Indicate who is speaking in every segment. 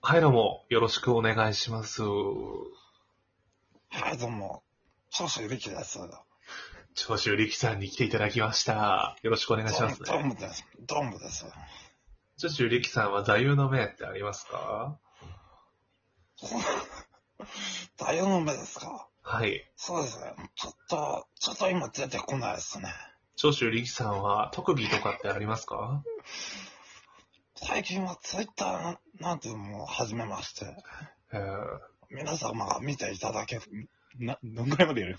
Speaker 1: はい、どうも、よろしくお願いします。
Speaker 2: はい、どうも。長州力です。
Speaker 1: 長州力さんに来ていただきました。よろしくお願いします
Speaker 2: どう
Speaker 1: ね。
Speaker 2: もです。どうもです。
Speaker 1: 長州力さんは座右の銘ってありますか
Speaker 2: 座右の目ですか
Speaker 1: はい。
Speaker 2: そうですね。ちょっと、ちょっと今出てこないですね。
Speaker 1: 長州力さんは特技とかってありますか
Speaker 2: 最近はツイッターなんていうのも始めまして、
Speaker 1: えー、
Speaker 2: 皆様が見ていただける。な、どんぐらいまでやる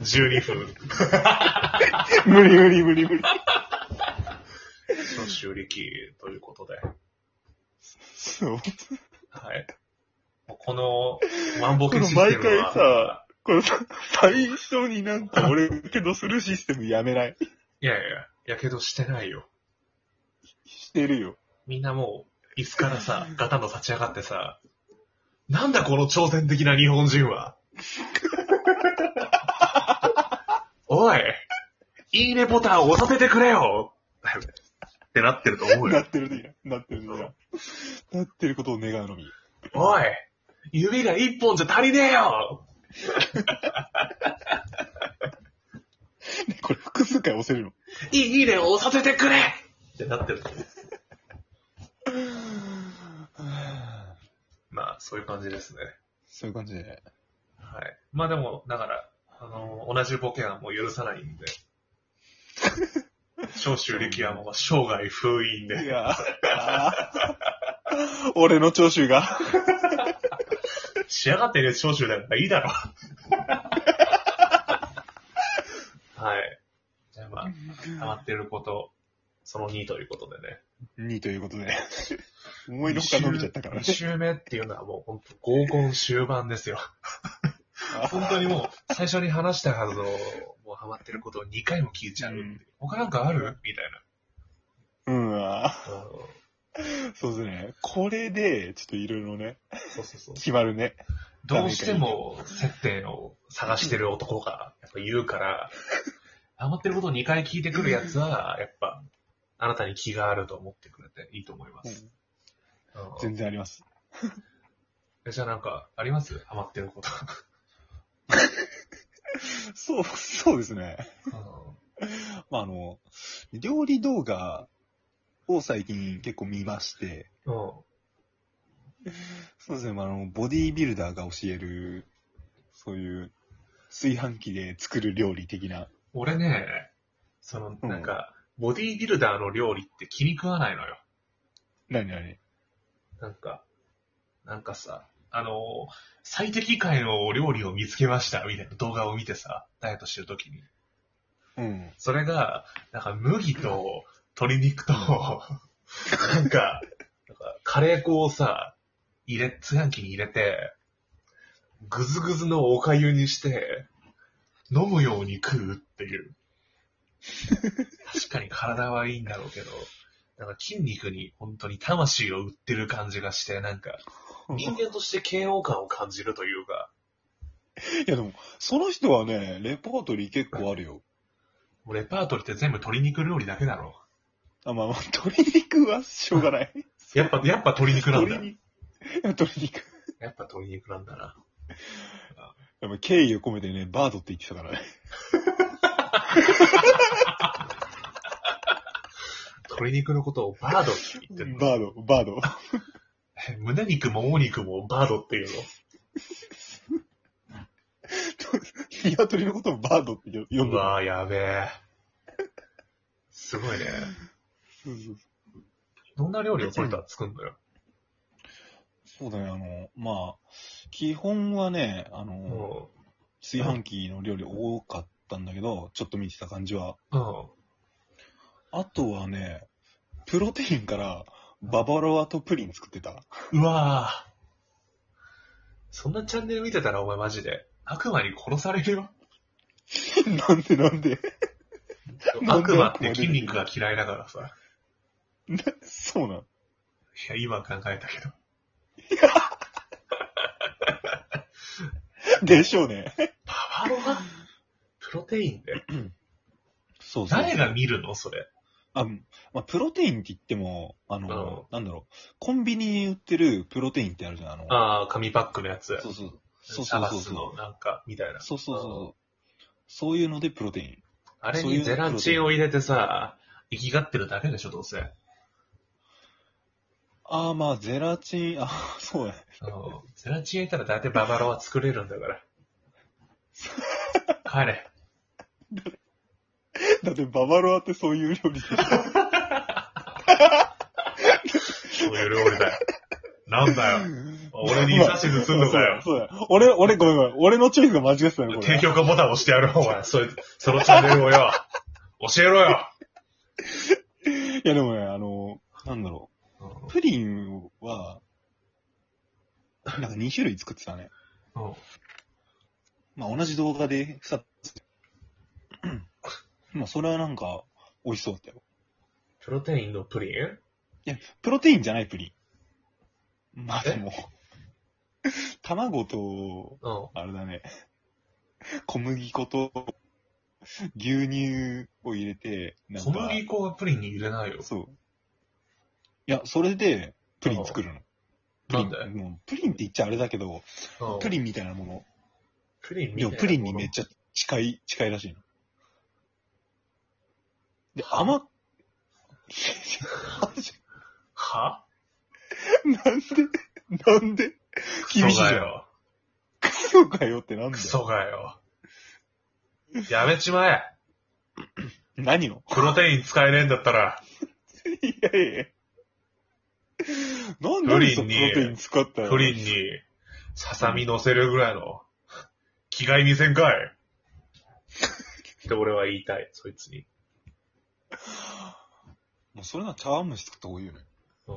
Speaker 1: 12分。
Speaker 2: 無理無理無理無理。
Speaker 1: 長州力ということで。
Speaker 2: そう。
Speaker 1: はい。もうこの、マンボケシステムは。
Speaker 2: これ毎回さこれさ、最初になんか俺けどするシステムやめない。
Speaker 1: いやいや、やけどしてないよ。
Speaker 2: してるよ。
Speaker 1: みんなもう、椅子からさ、ガタンと立ち上がってさ、なんだこの挑戦的な日本人は。 おい、いいねボタン押させてくれよってなってると思う
Speaker 2: な
Speaker 1: よ。
Speaker 2: ってるでいな。なってるでいな。なってることを願うのみ。
Speaker 1: おい、指が一本じゃ足りねえよ
Speaker 2: これ複数回押せるの
Speaker 1: いいいいねを押させてくれってなってると思う。まあ、そういう感じですね。
Speaker 2: そういう感じで。
Speaker 1: はい。まあでも、だから、あの同じボケはもう許さない んで。長州力はもう生涯封印で。
Speaker 2: や、 俺の聴衆が。
Speaker 1: 仕上がってる長州だからいい だろ。はい。じゃあまあ、ハマってること、その2ということでね。
Speaker 2: 2ということ で。思いのほか伸びちゃったから
Speaker 1: 2。週目っていうのはもう本当合コン終盤です よ。本当にもう、最初に話したはずの、もうハマってることを2回も聞いちゃうっていう。
Speaker 2: うん
Speaker 1: 他なんかあるみたい
Speaker 2: うん、あ
Speaker 1: な。うん
Speaker 2: ーそうですね。これで、ちょっといろいろね、
Speaker 1: そうそうそう。
Speaker 2: 決まるね。
Speaker 1: どうしても接点を探してる男がやっぱ言うから、ハマってることを2回聞いてくるやつは、やっぱ、あなたに気があると思ってくれていいと思います。うん
Speaker 2: 全然あります。
Speaker 1: えじゃあなんか、ありますハマってること。
Speaker 2: そう、そうですね。まあ、あの、料理動画を最近結構見まして、
Speaker 1: うん。うん
Speaker 2: そうですね、まあ、あの、ボディービルダーが教える、そういう、炊飯器で作る料理的な。
Speaker 1: 俺ね、その、なんか、ボディービルダーの料理って気に食わないのよ。
Speaker 2: 何何
Speaker 1: なんか、なんかさ、あのー最適解のお料理を見つけました、みたいな動画を見てさ、ダイエットしてるときに。
Speaker 2: うん。
Speaker 1: それが、なんか麦と鶏肉と、 なんか、なんかカレー粉をさ、入れ、炊飯器に入れて、ぐずぐずのおかゆにして、飲むように食うっていう。確かに体はいいんだろうけど、なんか筋肉に本当に魂を売ってる感じがして、なんか人間として嫌悪感を感じるというか、
Speaker 2: いやでも、その人はね、レパートリー結構あるよ。
Speaker 1: もうレパートリーって全部鶏肉料理だけだろ。
Speaker 2: あ、まあまあ、鶏肉はしょうがない。
Speaker 1: やっぱ、やっぱ鶏肉なんだ
Speaker 2: 鶏。肉。鶏肉。
Speaker 1: やっぱ鶏肉なんだな。
Speaker 2: やっぱ敬意を込めてね、バードって言ってたからね。
Speaker 1: 鶏肉のことをバードって言ってるの。
Speaker 2: バード、バード。
Speaker 1: え胸肉ももも肉もバードっていうの。
Speaker 2: 鶏のことをバードって呼ん
Speaker 1: う
Speaker 2: だ。
Speaker 1: わぁ、やべえ。すごいね。
Speaker 2: そうそう
Speaker 1: どんな料理をこれとは作るのよ。
Speaker 2: そうだね、あの、まあ、基本はね、あの、
Speaker 1: も
Speaker 2: 炊飯器の料理多かったんだけど、ちょっと見てた感じは。
Speaker 1: う、うん。
Speaker 2: あとはね、プロテインから、ババロアとプリン作ってた。
Speaker 1: うわぁ。そんなチャンネル見てたらお前マジで、悪魔に殺されるよ。
Speaker 2: なんでなんで なんで
Speaker 1: 悪魔って筋肉が嫌いだからさ。
Speaker 2: そうなん
Speaker 1: いや、今考えたけど。
Speaker 2: でしょうね。
Speaker 1: パワロがプロテインで。
Speaker 2: そうそう。
Speaker 1: 誰が見るのそれ。
Speaker 2: あ、うんまあ、プロテインって言っても、あ
Speaker 1: うん
Speaker 2: の、なんだろう、コンビニに売ってるプロテインってあるじゃん、あの、
Speaker 1: ああ、紙パックのやつ。
Speaker 2: そうそう。そう
Speaker 1: ア
Speaker 2: そう
Speaker 1: バ
Speaker 2: そう
Speaker 1: ス
Speaker 2: そ
Speaker 1: の
Speaker 2: う。
Speaker 1: なんか、みたいな。
Speaker 2: そうそうそう。そういうのでプロテイン。
Speaker 1: あれ
Speaker 2: そうい
Speaker 1: に
Speaker 2: う
Speaker 1: ゼラチンを入れてさ、生きがってるだけでしょ、どうせ。うん
Speaker 2: ああ、まあ、ゼラチン、あーそうや。
Speaker 1: ゼラチン入れたら大体ババロアは作れるんだ から。帰れ。
Speaker 2: だって、ババロアってそういう料理でしょ。
Speaker 1: そういう料理だよ。なんだよ。俺に指しずすんの かよ。
Speaker 2: そうや。俺、俺、ごめんごめん。俺のチョイスが間違ってたよ、こ
Speaker 1: 低
Speaker 2: れ。
Speaker 1: 評価ボタン押してやろう、お前。そいそのチャンネルをよ。教えろよ。
Speaker 2: いや、でもね、あの、なんだろう。プリンは、なんか2種類作ってたね。
Speaker 1: うん
Speaker 2: まあ、同じ動画で2つ。 まあ、それはなんか、美味しそうだったよ。
Speaker 1: プロテインのプリン
Speaker 2: プロテインじゃないプリン。まあでも、 卵と、
Speaker 1: うん。
Speaker 2: あれだね、小麦粉と、牛乳を入れて、なん
Speaker 1: 小
Speaker 2: か、
Speaker 1: 麦粉がプリンに入れないよ。
Speaker 2: そう。いや、それで、プリン作るの。プリン
Speaker 1: なん
Speaker 2: もうプリンって言っちゃあれだけど、
Speaker 1: うん
Speaker 2: プリンみたいなもの。
Speaker 1: プリンみ
Speaker 2: で
Speaker 1: たい
Speaker 2: も
Speaker 1: な
Speaker 2: プリンにめっちゃ近い、近いらしいの。で、甘っ、
Speaker 1: は
Speaker 2: なんで、なんで、
Speaker 1: クソ
Speaker 2: 厳しいじゃ
Speaker 1: が
Speaker 2: ん
Speaker 1: よ。
Speaker 2: クソかよってなん
Speaker 1: ク
Speaker 2: だよ。
Speaker 1: ソがよ。やめちまえ。
Speaker 2: 何を
Speaker 1: プロテイン使えねえんだったら、
Speaker 2: いやいやいや。なんで
Speaker 1: プ
Speaker 2: プ
Speaker 1: リ
Speaker 2: ロ
Speaker 1: ンに
Speaker 2: テイン使ったよ。
Speaker 1: プリンに、ささみ乗せるぐらいの、気概見せんかい。って俺は言いたい、そいつに。
Speaker 2: もうそれなら茶碗蒸し作った方がいいよね。
Speaker 1: うん。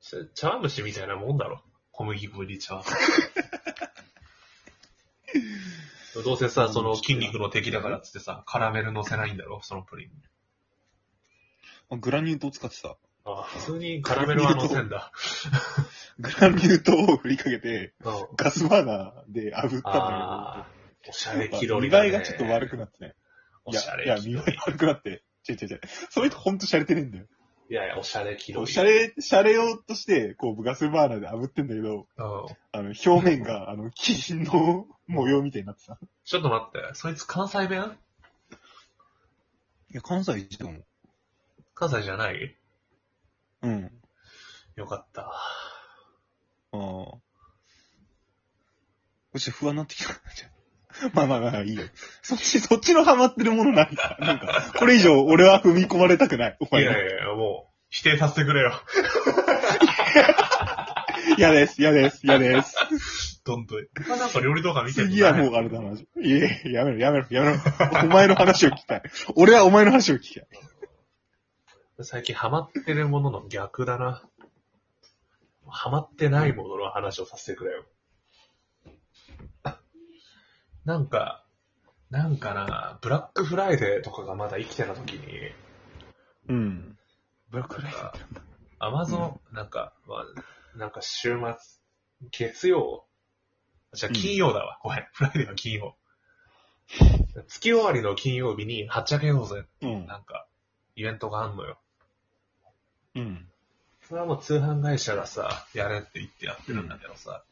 Speaker 1: それ茶碗蒸しみたいなもんだろ。小麦粉に茶碗 蒸しどうせさ、その筋肉の敵だからっつってさ、カラメル乗せないんだろ、そのプリンに。
Speaker 2: あグラニュー糖使ってた。
Speaker 1: あ普通にカラメルは乗せんだ。
Speaker 2: グラニュー糖を振りかけて、
Speaker 1: うん。
Speaker 2: ガスバーナーで炙ったんだけど。
Speaker 1: ああ、おしゃれ気取り
Speaker 2: 見
Speaker 1: だ、ね。
Speaker 2: 栄えがちょっと悪くなってね。
Speaker 1: お
Speaker 2: いや
Speaker 1: しゃ、
Speaker 2: いや
Speaker 1: れ、気
Speaker 2: 見栄
Speaker 1: 取り
Speaker 2: え。悪くなって。違う違う違う。そういう人ほんと洒落てねえんだよ。
Speaker 1: いやいや、おしゃれ気取り。
Speaker 2: シャレ、シャレようとして、こう、ガスバーナーで炙ってんだけど、
Speaker 1: うん。
Speaker 2: あの、表面が、あの、金の模様みたいになってた。
Speaker 1: ちょっと待って、そいつ関西弁
Speaker 2: いや、関西一だもん。
Speaker 1: 関西じゃない
Speaker 2: うん。
Speaker 1: よかった。
Speaker 2: ああ。そして不安になってきた。まあまあまあ、いいよ。そっち、そっちのハマってるものないから。なんか、これ以上俺は踏み込まれたくない。お
Speaker 1: いや
Speaker 2: 前
Speaker 1: い
Speaker 2: の
Speaker 1: やいや、もう、否定させてくれよ。
Speaker 2: 嫌です、嫌です、嫌です。
Speaker 1: どんどん。まあなんか料理動画見て
Speaker 2: 次はもうあれだな。いえ、やめろ、やめろ、やめろ。お前の話を聞きたい。俺はお前の話を聞きたい。
Speaker 1: 最近ハマってるものの逆だな。ハマってないものの話をさせてくれよ。なんか、なんかな、ブラックフライデーとかがまだ生きてた時に、
Speaker 2: うん。ブラックライ
Speaker 1: かアマゾン、なんか、まあ、なんか週末、月曜、じゃあ金曜だわ、ごめん、フライデーは金曜。月終わりの金曜日に、はっちゃけようぜ、
Speaker 2: うん。
Speaker 1: なんか、イベントがあんのよ。
Speaker 2: うん。
Speaker 1: それはもう通販会社がさ、やれって言ってやってるんだけどさ、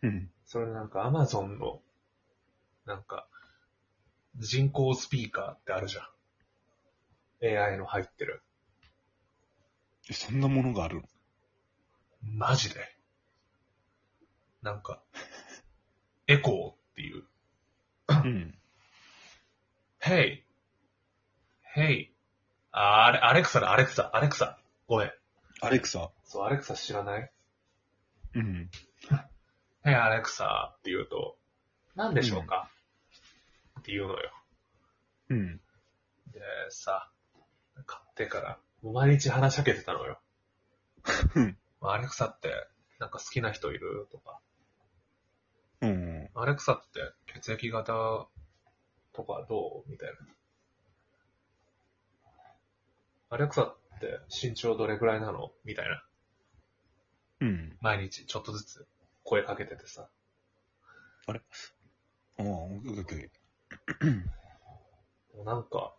Speaker 2: うん。
Speaker 1: それなんかアマゾンの、なんか、人工スピーカーってあるじゃん。AI の入ってる。
Speaker 2: えそんなものがあるの
Speaker 1: マジで。なんか、エコーっていう。
Speaker 2: うん。
Speaker 1: Hey! Hey! あ、あれ、アレクサだ、アレクサ、アレクサ。ごめん。
Speaker 2: アレクサ。
Speaker 1: そう、アレクサ知らない
Speaker 2: うん。
Speaker 1: ?Hey, アレクサって言うと、何でしょうか、って言うのよ。
Speaker 2: うん。
Speaker 1: で、さ、買ってから、もう毎日話しかけてたのよ。
Speaker 2: うん
Speaker 1: まあアレクサって、なんか好きな人いるとか、
Speaker 2: うん。
Speaker 1: アレクサって血液型とかどうみたいな。アレクサって身長どれくらいなのみたいな。
Speaker 2: うん。
Speaker 1: 毎日ちょっとずつ声かけててさ。
Speaker 2: ああ、オッケーオッケー。
Speaker 1: でもなんか、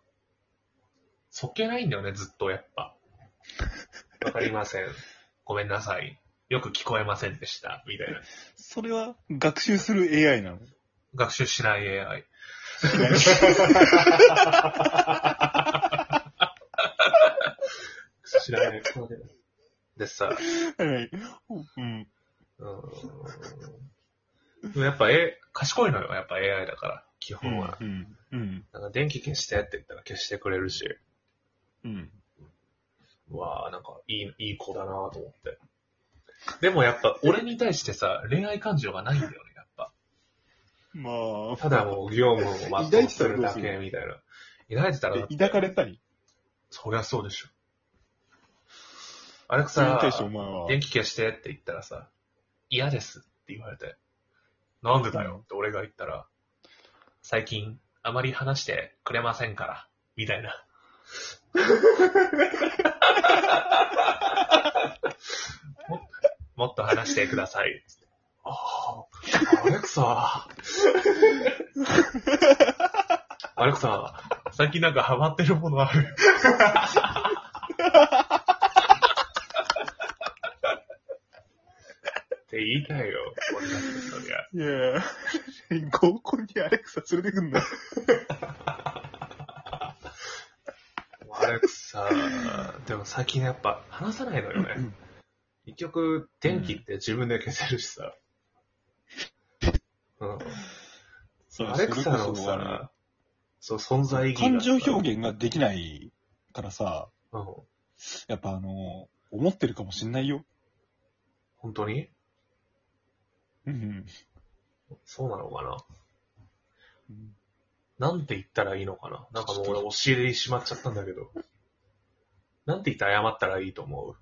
Speaker 1: そっけないんだよね、ずっとやっぱ。わかりません。ごめんなさい。よく聞こえませんでした。みたいな。
Speaker 2: それは学習する AI なの
Speaker 1: 学習しない AI。しない AI。でさ、
Speaker 2: はい。うん。
Speaker 1: うーん。でもやっぱ、え、賢いのよ、やっぱ AI だから、基
Speaker 2: う
Speaker 1: 本
Speaker 2: ん
Speaker 1: は。。
Speaker 2: うん。うん。
Speaker 1: なんか電気消してって言ったら消してくれるし、
Speaker 2: うん。
Speaker 1: うわあなんかいい、いい子だなと思って。でもやっぱ、俺に対してさ、恋愛感情がないんだよね、やっぱ。
Speaker 2: ま
Speaker 1: ただもう業務を全うするだけみたいな。抱いてた
Speaker 2: あ、
Speaker 1: ら
Speaker 2: え
Speaker 1: だって、
Speaker 2: 抱かれたり
Speaker 1: そりゃそうでしょ。アレク
Speaker 2: それに
Speaker 1: サ
Speaker 2: 対してお前は。
Speaker 1: 電気消してって言ったらさ、嫌ですって言われて、なんでだよって俺が言ったら、最近あまり話してくれませんから、みたいな。ももっと話してください。ああ、アレク サ。アレクサ、最近なんかハマってるものあるって言いたいよ、俺だってそりゃ。
Speaker 2: いやいや、 合コンにアレクサ連れてくんな。
Speaker 1: アレクサ、でも最近やっぱ話さないのよね。結局、電気って自分で消せるしさ。うん。アレクサのさ、そう、存在意義
Speaker 2: 感
Speaker 1: がさ
Speaker 2: 情表現ができないからさ、
Speaker 1: うん。
Speaker 2: やっぱあの、思ってるかもしんないよ。
Speaker 1: 本当に
Speaker 2: うん。
Speaker 1: そうなのかななんて言ったらいいのかななんかもう俺教えしまっちゃったんだけど。なんて言って謝ったらいいと思う